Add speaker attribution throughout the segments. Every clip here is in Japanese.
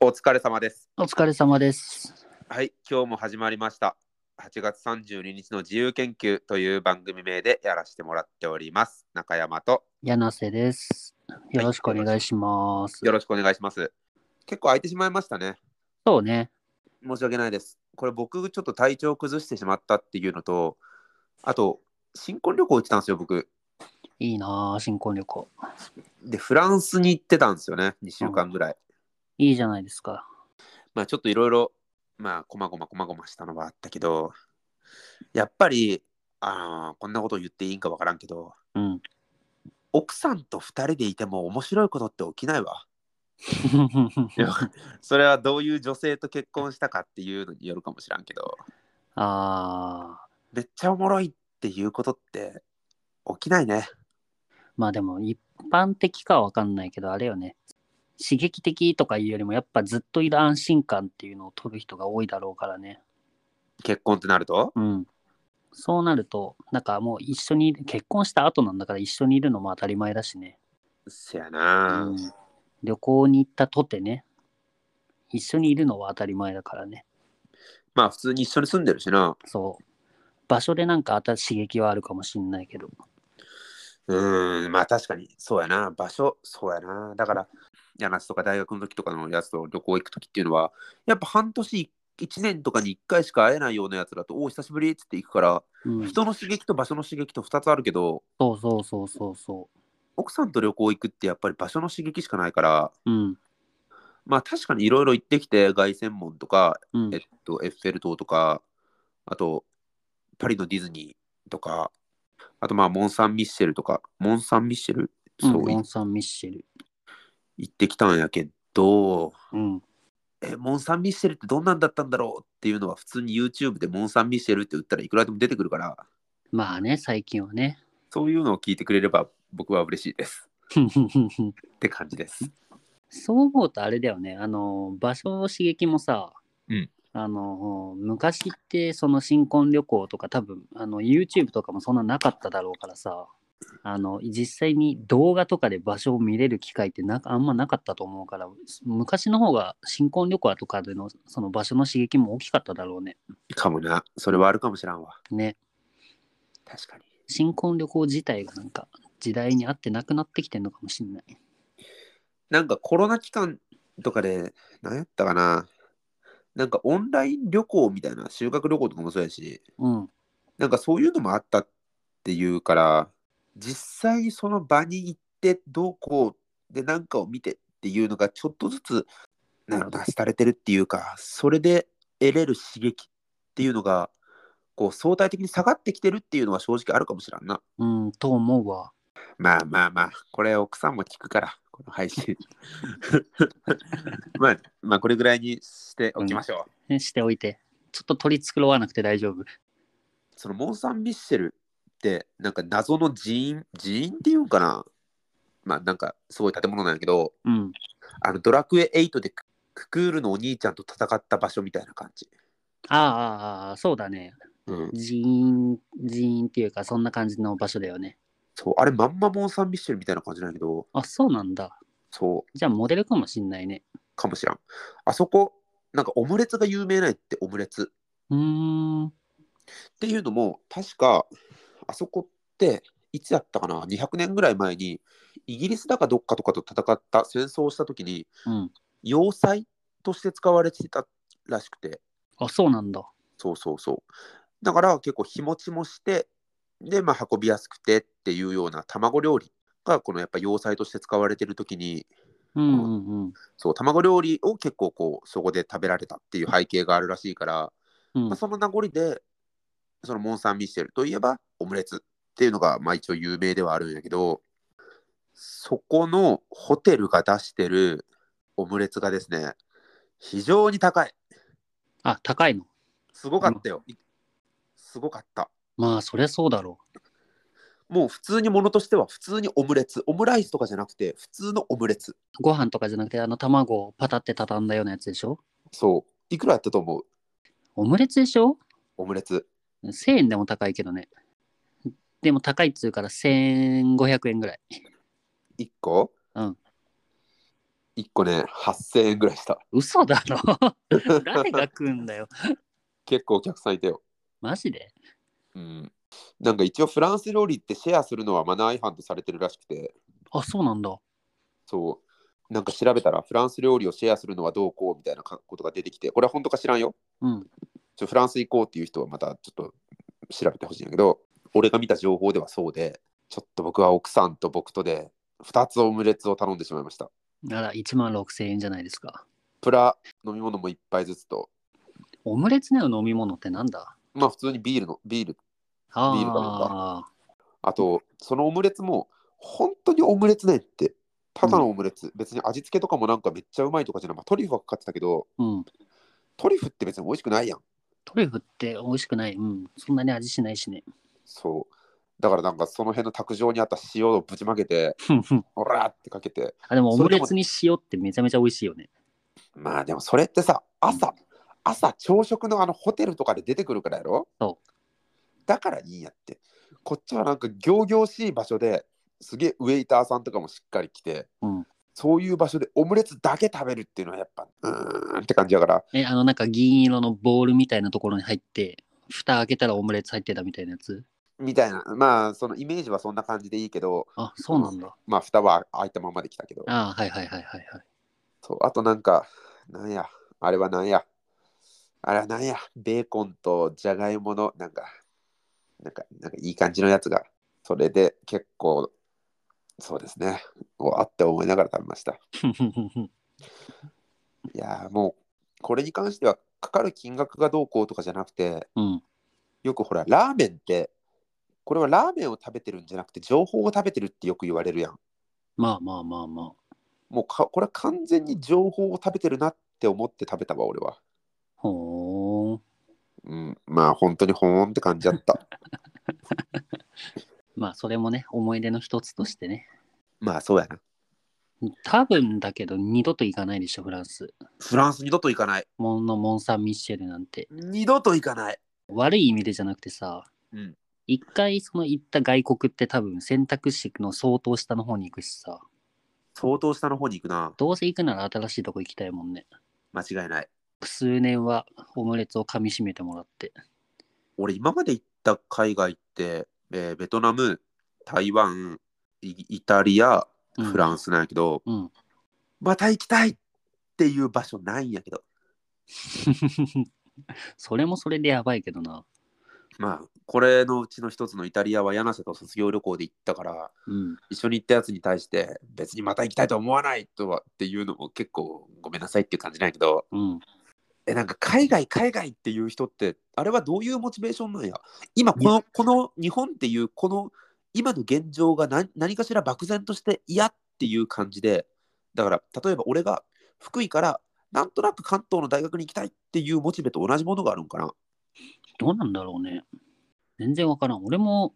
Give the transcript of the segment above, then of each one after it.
Speaker 1: お疲れ様です。
Speaker 2: お疲れ様です。
Speaker 1: はい、今日も始まりました。8月32日の自由研究という番組名でやらせてもらっております。中山と
Speaker 2: 柳瀬です。よろしくお願いします。
Speaker 1: よろしくお願いします。結構空いてしまいましたね。
Speaker 2: そうね。
Speaker 1: 申し訳ないです。これ僕ちょっと体調崩してしまったっていうのと、あと新婚旅行行ってたんですよ、僕。
Speaker 2: いいなあ新婚旅行。
Speaker 1: で、フランスに行ってたんですよね、2週間ぐらい。
Speaker 2: いいじゃないですか。
Speaker 1: まあちょっといろいろ、まあ、こまごまこまごましたのはあったけど、やっぱり、あのこんなこと言っていいんかわからんけど、
Speaker 2: うん。
Speaker 1: 奥さんと2人でいても面白いことって起きないわ。それはどういう女性と結婚したかっていうのによるかもしらんけど、
Speaker 2: ああ、
Speaker 1: めっちゃおもろいっていうことって起きないね。
Speaker 2: まあでも一般的かはわかんないけど、あれよね。刺激的とかいうよりも、やっぱずっといる安心感っていうのを取る人が多いだろうからね。
Speaker 1: 結婚ってなると。
Speaker 2: うん。そうなると、なんかもう一緒に、結婚した後なんだから一緒にいるのも当たり前だしね。
Speaker 1: せやな、
Speaker 2: うん旅行に行ったとてね、一緒にいるのは当たり前だからね。
Speaker 1: まあ普通に一緒に住んでるしな。
Speaker 2: そう。場所でなんか新しい刺激はあるかもしんないけど。
Speaker 1: うん、まあ確かにそうやな。場所、そうやな。だから、柳瀬とか大学の時とかのやつと旅行行く時っていうのは、やっぱ半年、1年とかに1回しか会えないようなやつだと、おお、久しぶりっつって行くから、
Speaker 2: うん、
Speaker 1: 人の刺激と場所の刺激と2つあるけど、
Speaker 2: そうそうそうそうそ
Speaker 1: 奥さんと旅行行くってやっぱり場所の刺激しかないから、
Speaker 2: う。うん。
Speaker 1: まあ確かにいろいろ行ってきて、凱旋門とか、
Speaker 2: うん
Speaker 1: えっ。と、エッフェル塔とか、あと、パリのディズニーとか、あとまあ、モン・サン・ミッシェルとか、モン・サン・ミッシェル、
Speaker 2: うん
Speaker 1: そう、
Speaker 2: モ
Speaker 1: い
Speaker 2: ン・サン・ミッシェル。
Speaker 1: 行ってきたんやけど、
Speaker 2: うん。
Speaker 1: え、モン・サン・ミッシェルってどんなんだったんだろうっていうのは、普通に YouTube でモン・サン・ミッシェルって打ったらいくらでも出てくるから、
Speaker 2: まあね、最近はね。
Speaker 1: そういうのを聞いてくれれば僕は嬉しいです。って感じです。
Speaker 2: そう思うとあれだよね。あの、場所の刺激もさ、
Speaker 1: うん
Speaker 2: あの、昔ってその新婚旅行とか多分、あの、YouTube とかもそんななかっただろうからさ、あの、実際に動画とかで場所を見れる機会ってなあんまなかったと思うから、昔の方が新婚旅行とかでのその場所の刺激も大きかっただろうね。
Speaker 1: かもな、それはあるかもしらんわ。
Speaker 2: ね。
Speaker 1: 確かに。
Speaker 2: 新婚旅行自体がなんか時代に合ってなくなってきてるのかもしんない。
Speaker 1: なんかコロナ期間とかで、何やったかな。なんかオンライン旅行みたいな、修学旅行とかもそうやし、
Speaker 2: うん。
Speaker 1: なんかそういうのもあったっていうから、実際その場に行って、どうこうでなんかを見てっていうのが、ちょっとずつ、なるほど、廃れてるっていうか、それで得れる刺激っていうのが、こう相対的に下がってきてるっていうのは正直あるかもしらんな。
Speaker 2: うん、と思うわ。
Speaker 1: まあまあまあ、これ奥さんも聞くから、この配信。 まあ、まあ、これぐらいにしておきましょう。
Speaker 2: ねしておいて。ちょっと取り繕わなくて大丈夫。
Speaker 1: そのモン・サン・ミッシェルって、なんか謎の寺院、寺院っていうんかなまあなんかすごい建物なんやけど、
Speaker 2: うん。
Speaker 1: あのドラクエ8でクククールのお兄ちゃんと戦った場所みたいな感じ。
Speaker 2: ああああああ、そうだね。
Speaker 1: うん、
Speaker 2: 寺院、寺院っていうか、そんな感じの場所だよね。
Speaker 1: そう、あれまんまモン・サン・ミッシェルみたいな感じなんやけど、
Speaker 2: あ、そうなんだ。
Speaker 1: そう、
Speaker 2: じゃあ、モデルかもしんないね。
Speaker 1: かもしらん。あそこ、なんかオムレツが有名なんやって、オムレツ。
Speaker 2: うーん。
Speaker 1: っていうのも確かあそこっていつやったかな200年ぐらい前にイギリスだかどっかとかと戦った戦争をした時に
Speaker 2: うん。
Speaker 1: 要塞として使われてたらしくて
Speaker 2: あ、そうなんだ。
Speaker 1: そうそうそうだから結構日持ちもしてで、まあ、運びやすくてっていうような卵料理がこのやっぱ要塞として使われてる時に
Speaker 2: うんうんうん。
Speaker 1: そう卵料理を結構こうそこで食べられたっていう背景があるらしいから
Speaker 2: うん
Speaker 1: まあ、その名残で、そのモン・サン・ミッシェルといえばオムレツっていうのが、まあ、一応有名ではあるんやけど、そこのホテルが出してるオムレツがですね、非常に高い。
Speaker 2: あ、高いの。
Speaker 1: すごかったよ。いすごかった。
Speaker 2: まあ、そりゃそうだろ
Speaker 1: もう普通にものとしては普通にオムレツ。オムライスとかじゃなくて普通のオムレツ。
Speaker 2: う。ご飯とかじゃなくて、あの、卵をパタって畳んだようなやつでしょ
Speaker 1: そう。いくらやったと思う
Speaker 2: オムレツでしょ
Speaker 1: オムレツ。
Speaker 2: ?1000 円でも高いけどね。でも高いっつうから1500円ぐらい。
Speaker 1: 1個
Speaker 2: うん。
Speaker 1: 1個ね、8000円ぐらいした。
Speaker 2: 嘘だ ろ誰が来んだよ。
Speaker 1: 結構お客さんいたよ。
Speaker 2: マジで
Speaker 1: うん。なんか一応フランス料理ってシェアするのはマナー違反とされてるらしくて、
Speaker 2: あ、そうなんだ。
Speaker 1: そう。なんか調べたらフランス料理をシェアするのはどうこうみたいなかことが出てきて、これは本当か知らんよ。
Speaker 2: うん。
Speaker 1: ちょフランス行こうっていう人はまたちょっと調べてほしいんだけど俺が見た情報ではそうでちょっと僕は奥さんと僕とで2つオムレツを頼んでしまいました
Speaker 2: なら1万6000円じゃないですか。
Speaker 1: プラ飲み物も一杯ずつと
Speaker 2: オムレツの飲み物ってなんだ
Speaker 1: まあ普通にビールのビール
Speaker 2: あ
Speaker 1: ビールかなん
Speaker 2: あ。
Speaker 1: あとそのオムレツも本当にオムレツねってただのオムレツ、別に味付けとかもなんかめっちゃうまいとかじゃない、まあ、トリュフはかかってたけど
Speaker 2: うん。
Speaker 1: トリュフって別に美味しくないやん
Speaker 2: トリュフって美味しくない。うん。そんなに味しないしね。
Speaker 1: そうだからなんかその辺の卓上にあった塩をぶちまけてオラーってかけて
Speaker 2: あでもオ
Speaker 1: それ
Speaker 2: ム
Speaker 1: でも
Speaker 2: レツに塩ってめちゃめちゃ美味しいよね。
Speaker 1: まあでもそれってさ朝、朝朝食のあのホテルとかで出てくるからやろ
Speaker 2: そ
Speaker 1: だからいいんやってこっちはなんか仰々しい場所ですげえウェイターさんとかもしっかり来て、
Speaker 2: うん
Speaker 1: そういう場所でオムレツだけ食べるっていうのはやっぱうーんって感じだから
Speaker 2: え、あのなんか銀色のボールみたいなところに入って、蓋開けたらオムレツ入ってたみたいなやつ。
Speaker 1: みたいなまあそのイメージはそんな感じでいいけど
Speaker 2: あ、そうなんだ。
Speaker 1: まあ蓋は開いたままで来たけど
Speaker 2: あはいはいはいはいはい。
Speaker 1: そうあとなんかなんやあれはなんやあれはなんやベーコンとじゃがいものなんかなんかなんかいい感じのやつがそれで結構そうですねおあって思いながら食べましたいやーもうこれに関してはかかる金額がどうこうとかじゃなくて
Speaker 2: うん。
Speaker 1: よくほらラーメンってこれはラーメンを食べてるんじゃなくて情報を食べてるってよく言われるやん
Speaker 2: まあまあまあまあ。
Speaker 1: もうかこれは完全に情報を食べてるなって思って食べたわ俺は
Speaker 2: ほーん。
Speaker 1: うん、まあ本当にほーんって感じだった。
Speaker 2: まあそれもね、思い出の一つとしてね。
Speaker 1: まあそうやな。
Speaker 2: 多分だけど二度と行かないでしょ、フランス。
Speaker 1: フランス二度と行かない。
Speaker 2: モンのモン・サン・ミッシェルなんて。
Speaker 1: 二度と行かない。
Speaker 2: 悪い意味でじゃなくてさ、
Speaker 1: うん。
Speaker 2: 一回その行った外国って多分選択肢の相当下の方に行くしさ、
Speaker 1: 相当下の方に行くな。
Speaker 2: どうせ行くなら新しいとこ行きたいもんね。
Speaker 1: 間違いない。
Speaker 2: 数年はオムレツを噛みしめてもらって。
Speaker 1: 俺今まで行った海外って、えーベトナム、台湾、イイタリア、
Speaker 2: うん
Speaker 1: フランスなんやけど、
Speaker 2: うん。
Speaker 1: また行きたいっていう場所ないんやけど。
Speaker 2: それもそれでやばいけどな。
Speaker 1: まあこれのうちの一つのイタリアは柳瀬と卒業旅行で行ったから
Speaker 2: うん。
Speaker 1: 一緒に行ったやつに対して別にまた行きたいとは思わないとはっていうのも結構ごめんなさいっていう感じなんやけど
Speaker 2: うん。
Speaker 1: えなんか海外海外っていう人ってあれはどういうモチベーションなんや今このこの日本っていうこの今の現状が何何かしら漠然として嫌っていう感じでだから例えば俺が福井からなんとなく関東の大学に行きたいっていうモチベと同じものがあるんかな
Speaker 2: どうなんだろうね。全然わからん。俺も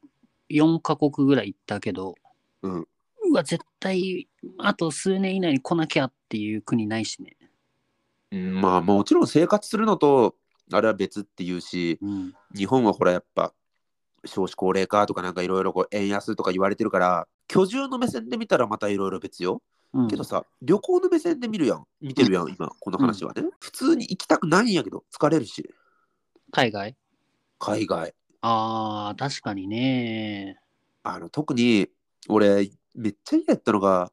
Speaker 2: 4カ国ぐらい行ったけど、
Speaker 1: うん
Speaker 2: うわ、絶対あと数年以内に来なきゃっていう国ないしね。
Speaker 1: うんまあもちろん生活するのとあれは別っていうし
Speaker 2: うん。
Speaker 1: 日本はほらやっぱ少子高齢化とかなんかいろいろこう円安とか言われてるから居住の目線で見たらまたいろいろ別よ
Speaker 2: うん、
Speaker 1: けどさ、旅行の目線で見るやん、見てるやん、今、この話はね。普通に行きたくないんやけど、疲れるし、
Speaker 2: 海外
Speaker 1: 海外。
Speaker 2: ああ、確かにね。
Speaker 1: あの特に、俺、めっちゃ嫌やったのが、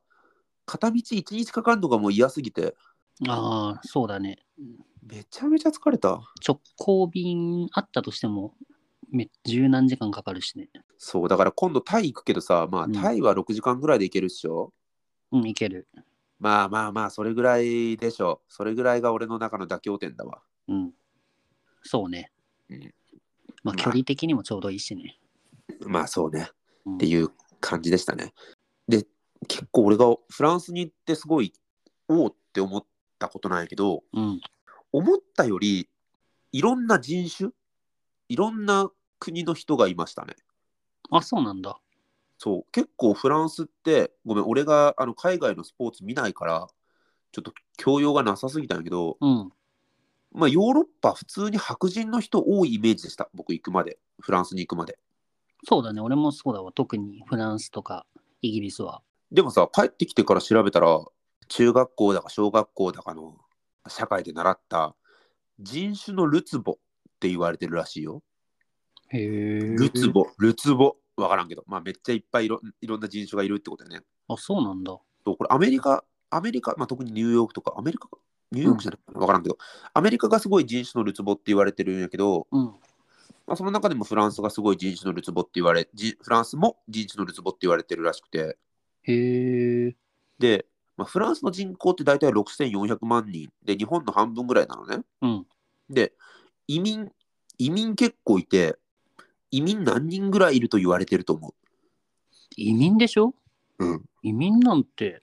Speaker 1: 片道1日かかるのがもう嫌すぎて、
Speaker 2: ああ、そうだね。
Speaker 1: めちゃめちゃ疲れた。
Speaker 2: 直行便あったとしても、め十何時間かかるしね。
Speaker 1: そう、だから今度タイ行くけどさ、まあ、
Speaker 2: うん
Speaker 1: タイは6時間ぐらいで行けるっしょ。
Speaker 2: うん、いける。
Speaker 1: まあまあまあ、それぐらいでしょ。それぐらいが俺の中の妥協点だわ。
Speaker 2: うん。そうね。
Speaker 1: うん
Speaker 2: まあ、距離的にもちょうどいいしね。
Speaker 1: まあそうね。
Speaker 2: うん
Speaker 1: っていう感じでしたね。で結構俺がフランスに行ってすごいおおって思ったことなんやけど
Speaker 2: うん。
Speaker 1: 思ったよりいろんな人種いろんな国の人がいましたね。
Speaker 2: あ、そうなんだ。
Speaker 1: そう結構フランスってごめん俺があの海外のスポーツ見ないからちょっと教養がなさすぎたんやけど、
Speaker 2: うん。
Speaker 1: まあ、ヨーロッパ普通に白人の人多いイメージでした僕行くまでフランスに行くまで。
Speaker 2: そうだね。俺もそうだわ。特にフランスとかイギリスは。
Speaker 1: でもさ帰ってきてから調べたら中学校だか小学校だかの社会で習った人種のルツボって言われてるらしいよ。
Speaker 2: へえ。
Speaker 1: ルツボ、ルツボ、わからんけど、まあめっちゃいっぱいいろいろんな人種がいるってことだよね。
Speaker 2: あ、そうなんだ。
Speaker 1: とこれアメリカ、アメリカ、まあ特にニューヨークとか、アメリカか、ニューヨークじゃないかなわからんけど、アメリカがすごい人種のルツボって言われてるんやけど、
Speaker 2: うん。
Speaker 1: まあ、その中でもフランスがすごい人種のルツボって言われ、じフランスも人種のルツボって言われてるらしくて、
Speaker 2: へえ。
Speaker 1: で、まあ、フランスの人口って大体6400万人で日本の半分ぐらいなのね。
Speaker 2: うん。
Speaker 1: で移民移民結構いて移民何人ぐらいいると言われてると思
Speaker 2: 移民でしょ
Speaker 1: う。うん、
Speaker 2: 移民なんて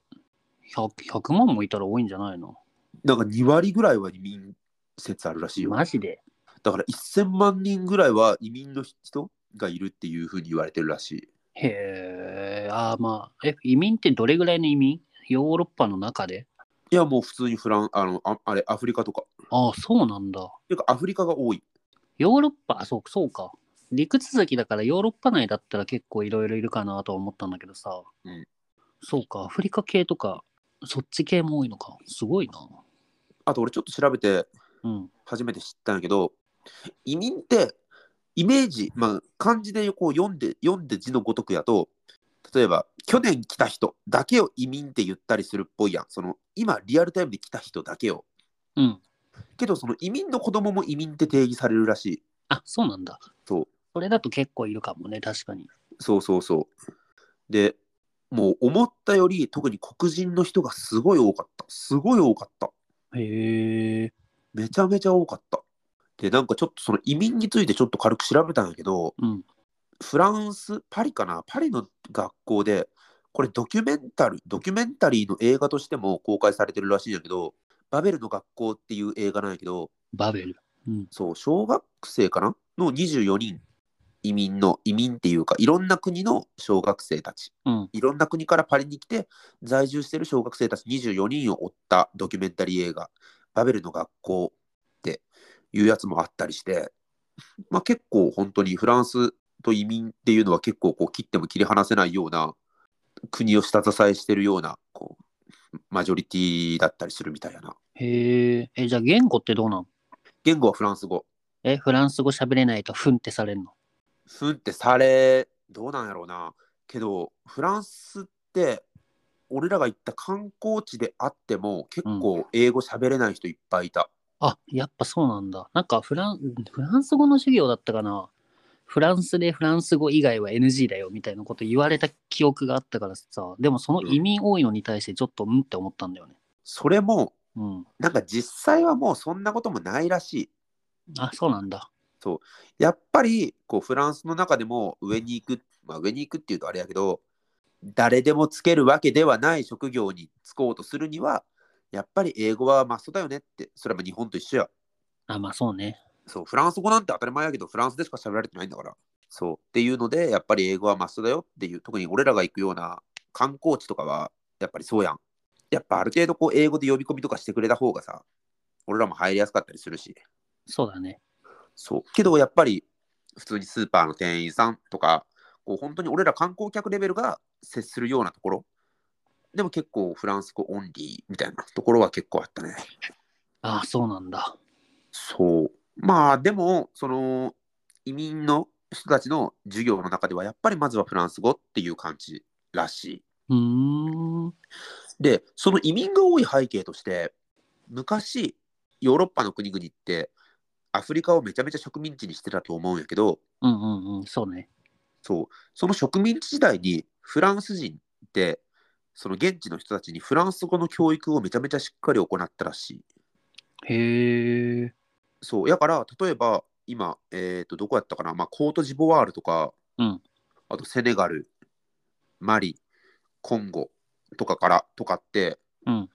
Speaker 2: 100, 100万もいたら多いんじゃないの
Speaker 1: なんか2割ぐらいは移民説あるらしいよ。
Speaker 2: マジで
Speaker 1: だから1000万人ぐらいは移民の人がいるっていうふうに言われてるらしい。
Speaker 2: へえ。あーまあ。え、移民ってどれぐらいの移民ヨーロッパの中で
Speaker 1: いやもう普通にフランあのああれアフリカとか。
Speaker 2: ああ、そうなんだ。
Speaker 1: ていうかアフリカが多い。
Speaker 2: ヨーロッパ、あそうそうか。陸続きだからヨーロッパ内だったら結構いろいろいるかなとは思ったんだけどさ。
Speaker 1: うん
Speaker 2: そうか、アフリカ系とか、そっち系も多いのか。すごいな。
Speaker 1: あと俺ちょっと調べて
Speaker 2: うん。
Speaker 1: 初めて知ったんやけど移民ってイメージ、まあ、漢字でこう読んで読んで字のごとくやと例えば去年来た人だけを移民って言ったりするっぽいやんその今リアルタイムで来た人だけを
Speaker 2: うん。
Speaker 1: けどその移民の子供も移民って定義されるらしい
Speaker 2: あ、そうなんだ。
Speaker 1: そう
Speaker 2: それだと結構いるかもね、確かに。
Speaker 1: そうそうそうでもう思ったより特に黒人の人がすごい多かったすごい多かった
Speaker 2: へえ。
Speaker 1: めちゃめちゃ多かったでなんかちょっとその移民についてちょっと軽く調べたんやけど、
Speaker 2: うん。
Speaker 1: フランス、パリかな、パリの学校で、これドキュメンタル、ドキュメンタリーの映画としても公開されてるらしいんやけど、バベルの学校っていう映画なんやけど、
Speaker 2: バベル。うん。
Speaker 1: そう、小学生かなの24人、移民の、移民っていうか、いろんな国の小学生たち、
Speaker 2: うん。
Speaker 1: いろんな国からパリに来て、在住してる小学生たち24人を追ったドキュメンタリー映画、バベルの学校っていうやつもあったりして、まあ、結構本当にフランスと移民っていうのは結構こう切っても切り離せないような国を下支えしてるようなこうマジョリティだったりするみたいやな。
Speaker 2: へえ。え、じゃあ言語ってどうなん
Speaker 1: 言語はフランス語。
Speaker 2: え、フランス語喋れないとフンってされんの
Speaker 1: ふんってされ、どうなんやろうな。けど、フランスって、俺らが行った観光地であっても、結構英語喋れない人いっぱいいた。
Speaker 2: あ、やっぱそうなんだ。なんかフラン、フランス語の授業だったかな。フランスでフランス語以外は NG だよみたいなこと言われた記憶があったからさ、でもその移民多いのに対してちょっとうんって思ったんだよね。
Speaker 1: それも、
Speaker 2: うん。
Speaker 1: なんか実際はもうそんなこともないらしい。
Speaker 2: あ、そうなんだ。
Speaker 1: やっぱりこうフランスの中でも上に行く、まあ、上に行くっていうとあれやけど誰でもつけるわけではない職業に就こうとするにはやっぱり英語はマストだよねってそれはまあ日本と一緒や
Speaker 2: あ、まあそうね。
Speaker 1: そうフランス語なんて当たり前やけどフランスでしか喋られてないんだからそうっていうのでやっぱり英語はマストだよっていう特に俺らが行くような観光地とかはやっぱりそうやんやっぱある程度こう英語で呼び込みとかしてくれた方がさ俺らも入りやすかったりするし
Speaker 2: そうだね。
Speaker 1: そう。けどやっぱり普通にスーパーの店員さんとか、こう本当に俺ら観光客レベルが接するようなところ。でも結構フランス語オンリーみたいなところは結構あったね。
Speaker 2: あ、そうなんだ。
Speaker 1: そう。まあでも、その移民の人たちの授業の中ではやっぱりまずはフランス語っていう感じらしい。
Speaker 2: うーん。
Speaker 1: で、その移民が多い背景として、昔、ヨーロッパの国々ってアフリカをめちゃめちゃ植民地にしてたと思うんやけど、
Speaker 2: うんうんうん。そうね。
Speaker 1: そう、その植民地時代にフランス人って、その現地の人たちにフランス語の教育をめちゃめちゃしっかり行ったらしい。
Speaker 2: へえ。
Speaker 1: そう、やから、例えば今、えっ、と、どこやったかな、まあ、コートジボワールとか、
Speaker 2: うん
Speaker 1: あとセネガル、マリ、コンゴとかからとかって、
Speaker 2: うん。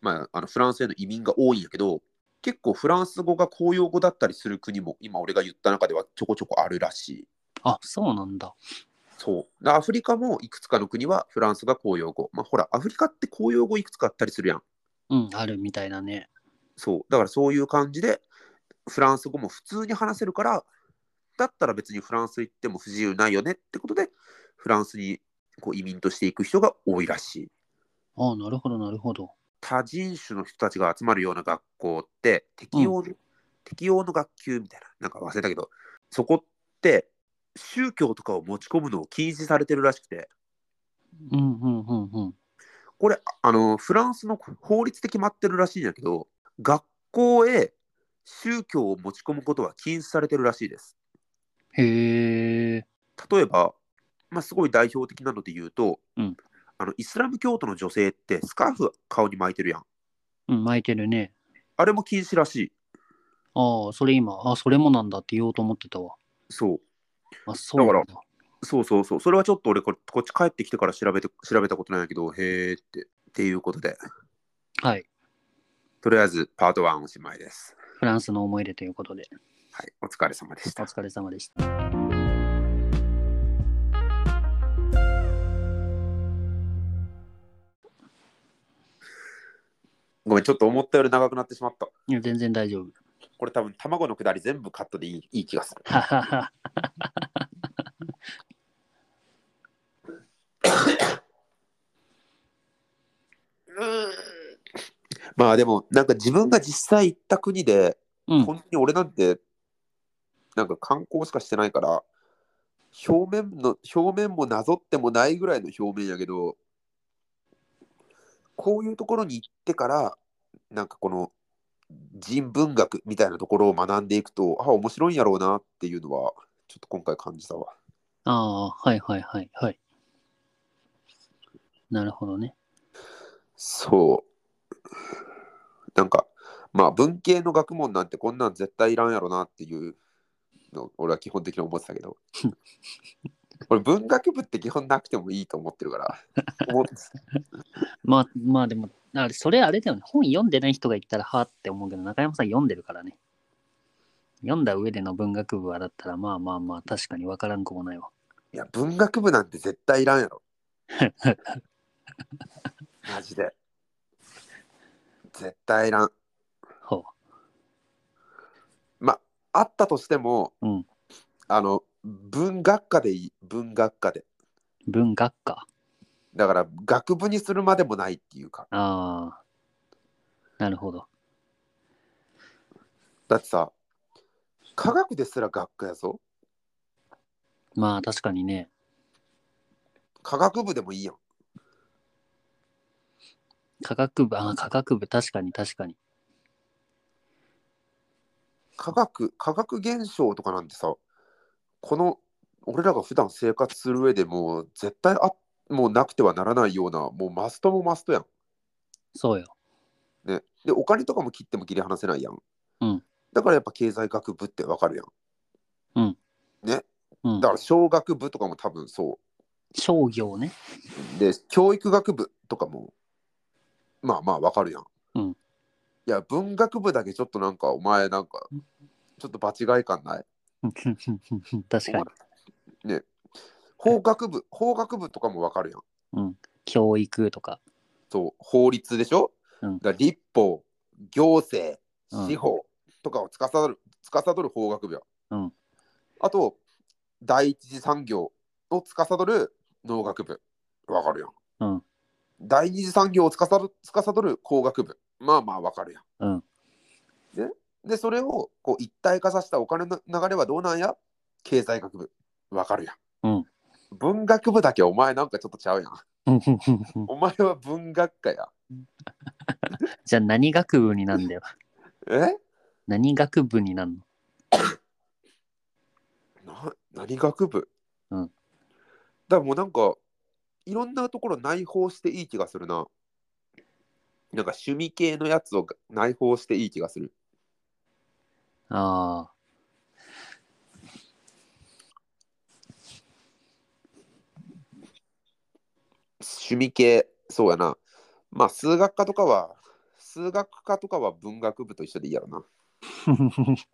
Speaker 1: まあ、あのフランスへの移民が多いんやけど、結構フランス語が公用語だったりする国も今俺が言った中ではちょこちょこあるらしい。
Speaker 2: あ、そうなんだ。
Speaker 1: そう。だアフリカもいくつかの国はフランスが公用語。まあほら、アフリカって公用語いくつかあったりするやん。
Speaker 2: うん、あるみたいだね。
Speaker 1: そう。だからそういう感じで、フランス語も普通に話せるから、だったら別にフランス行っても不自由ないよねってことで、フランスにこう移民としていく人が多いらしい。
Speaker 2: ああ、なるほど、なるほど。
Speaker 1: 多人種の人たちが集まるような学校って適用の、適用の学級みたいななんか忘れたけどそこって宗教とかを持ち込むのを禁止されてるらしくて
Speaker 2: うん、うん、うん、うん。
Speaker 1: これあのフランスの法律で決まってるらしいんだけど学校へ宗教を持ち込むことは禁止されてるらしいです
Speaker 2: へえ。
Speaker 1: 例えば、まあ、すごい代表的なので言うと、
Speaker 2: うん
Speaker 1: あのイスラム教徒の女性ってスカーフ顔に巻いてるやん
Speaker 2: うん、巻いてるね。
Speaker 1: あれも禁止らしい
Speaker 2: ああ、それ今、あそれもなんだって言おうと思ってたわ。
Speaker 1: そう
Speaker 2: あ、そうなんだ。
Speaker 1: そうそうそう。それはちょっと俺これ、こっち帰ってきてから調べて、調べたことないんだけど、へーって。っていうことで、
Speaker 2: はい。
Speaker 1: とりあえずパート1おしまいです。
Speaker 2: フランスの思い出ということで、
Speaker 1: はい。お疲れ様でし
Speaker 2: お
Speaker 1: た。
Speaker 2: 疲れ様でした。
Speaker 1: ごめん、ちょっと思ったより長くなってしまった。
Speaker 2: いや、全然大 丈夫。
Speaker 1: これ多分、卵のくだり全部カットでいいいい気がする。
Speaker 2: はははは。
Speaker 1: まあでも、なんか自分が実際行った国で、
Speaker 2: うん。
Speaker 1: 本当に俺なんて、なんか観光しかしてないから、表面の、表面もなぞってもないぐらいの表面やけど、こういうところに行ってから、なんかこの人文学みたいなところを学んでいくと、あ、面白いんやろうなっていうのは、ちょっと今回感じたわ。
Speaker 2: ああ、はいはいはいはい。なるほどね。
Speaker 1: そう。なんか、まあ文系の学問なんてこんなん絶対いらんやろなっていうの俺は基本的に思ってたけ ど。俺文学部って基本なくてもいいと思ってるから。思っ
Speaker 2: まあまあでも、あれそれあれだよね。本読んでない人が言ったらはあって思うけど、中山さん読んでるからね。読んだ上での文学部はだったら、まあまあまあ、確かに分からんくもないわ。
Speaker 1: いや、文学部なんて絶対いらん やろ。マジで。絶対いらん。
Speaker 2: ほ
Speaker 1: あったとしても、
Speaker 2: う。うん。
Speaker 1: あの、文学科でいい。文学科で。
Speaker 2: 文学科。
Speaker 1: だから学部にするまでもないっていうか。
Speaker 2: ああ。なるほど。
Speaker 1: だってさ科学ですら学科やぞ
Speaker 2: まあ確かにね。
Speaker 1: 科学部でもいいやん
Speaker 2: 科学部、ああ、科学部、確かに確かに。
Speaker 1: 科学科学現象とかなんてさこの俺らが普段生活する上でもう絶対あもうなくてはならないようなもうマストもマストやん
Speaker 2: そうよ。
Speaker 1: ねでお金とかも切っても切り離せないやん、
Speaker 2: うん
Speaker 1: だからやっぱ経済学部ってわかるやん
Speaker 2: うん
Speaker 1: だ。から小学部とかも多分そ
Speaker 2: 商業ね。
Speaker 1: うで教育学部とかもまあまあわかるやん、
Speaker 2: うん
Speaker 1: いや文学部だけちょっとなんかお前なんかちょっと場違い感ない
Speaker 2: 確かに。
Speaker 1: ね法学部法学部とかもわかるやん
Speaker 2: 教育とか。
Speaker 1: そう法律でしょ、
Speaker 2: うん
Speaker 1: だから立法行政
Speaker 2: うん
Speaker 1: 司法とかを司る司る法学部や、
Speaker 2: うん
Speaker 1: あと第一次産業を司る農学部わかるやん、
Speaker 2: うん
Speaker 1: 第二次産業を司る司る工学部まあまあわかるやん
Speaker 2: うん。
Speaker 1: でそれをこう一体化させたお金の流れはどうなんや経済学部わかるやん、
Speaker 2: うん
Speaker 1: 文学部だけお前なんかちょっとちゃうやんお前は文学科や
Speaker 2: じゃあ何学部になんだよ。
Speaker 1: え
Speaker 2: 何学部になんの
Speaker 1: な何学部
Speaker 2: うん
Speaker 1: だからもうなんかいろんなところ内包していい気がするななんか趣味系のやつを内包していい気がする
Speaker 2: ああ。
Speaker 1: 趣味系そうやなまあ数学科とかは数学科とかは文学部と一緒でいいやろな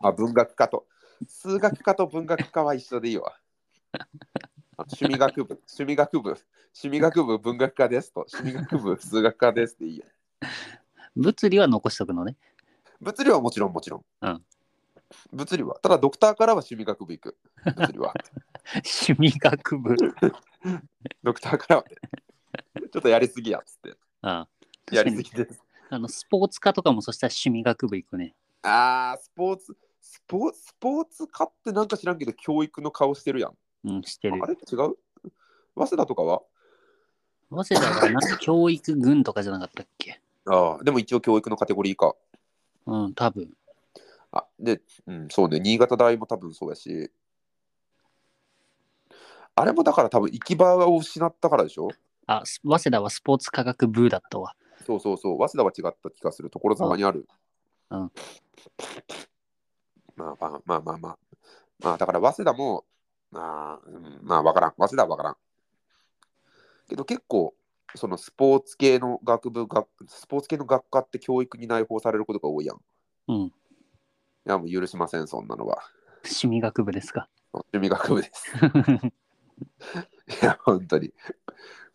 Speaker 1: あ、文学科と。数学科と文学科は一緒でいい わ。あ趣味学部、趣味学部、趣味学部文学科ですと、趣味学部数学科ですっていいや。
Speaker 2: 物理は残しとくのね。
Speaker 1: 物理はもちろんもちろん。
Speaker 2: うん
Speaker 1: 物理は。ただドクターからは趣味学部行く。物理 は。
Speaker 2: 趣味学部。
Speaker 1: ドクターからはね、ちょっとやりすぎやっつって。
Speaker 2: ああ
Speaker 1: や
Speaker 2: 確か
Speaker 1: りす
Speaker 2: に
Speaker 1: ぎです。
Speaker 2: あのスポーツ科とかもそしたら趣味学部行くね。
Speaker 1: ああ、スポーツ、スポーツ、スポーツ科ってなんか知らんけど、教育の顔してるやん。
Speaker 2: うん、してる
Speaker 1: あ。れ違う早稲田とかは
Speaker 2: 早稲田はなん か教育群とかじゃなかったっけ
Speaker 1: ああ、でも一応教育のカテゴリーか。
Speaker 2: うん、多分。
Speaker 1: あ、で、うん、そうね、新潟大も多分そうやし。あれもだから多分行き場を失ったからでしょ
Speaker 2: あ、す早稲田はスポーツ科学部だったわ。
Speaker 1: そうそうそう、早稲田は違った気がする。所沢にある。
Speaker 2: うんうん
Speaker 1: まあまあまあまあまあ。まあだから早稲田も、まあ、うん、まあわからん。早稲田はわからん。けど結構、そのスポーツ系の学部学、スポーツ系の学科って教育に内包されることが多いやん。い
Speaker 2: うん、
Speaker 1: やもう許しません、そんなのは。
Speaker 2: 趣味学部ですか。
Speaker 1: 趣味学部 です。いや、本当に。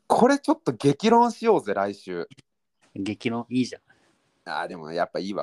Speaker 1: これちょっと激論しようぜ、来週。
Speaker 2: 激論いいじゃん。
Speaker 1: ああ、でもやっぱいいわ。